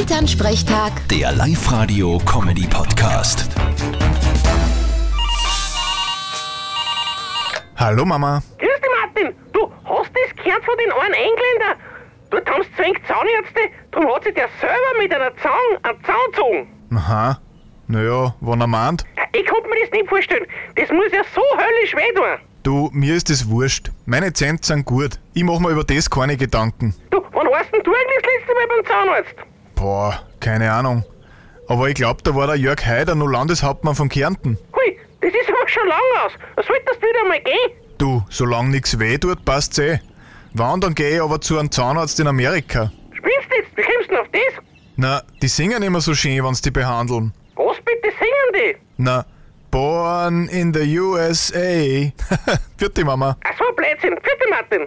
Elternsprechtag, Der Live-Radio-Comedy-Podcast. Hallo Mama. Grüß dich, Martin. Du hast das gehört von den einen Engländer. Dort haben sie zwingend Zahnärzte, darum hat sich der selber mit einer Zahn einen Zahn gezogen. Äh, Aha. Naja, wann er meint. Ich konnte mir das nicht vorstellen. Das muss ja so höllisch weh tun. Du, mir ist das wurscht. Meine Zähne sind gut. Ich mach mir über das keine Gedanken. Du, wann warst denn du eigentlich das letzte Mal beim Zahnarzt? Boah, keine Ahnung. Aber ich glaub, da war der Jörg Haider nur Landeshauptmann von Kärnten. Hui, das ist aber schon lang aus. Solltest du wieder mal gehen? Du, solange nix weh tut, passt's eh. Wann, dann geh ich aber zu einem Zahnarzt in Amerika. Spinnst du jetzt? Wie kommst du denn auf das? Na, die singen immer so schön, wenn's die behandeln. Was bitte singen die? Na, born in the USA. Vierte Mama. Ach so, Blödsinn. Vierte Martin.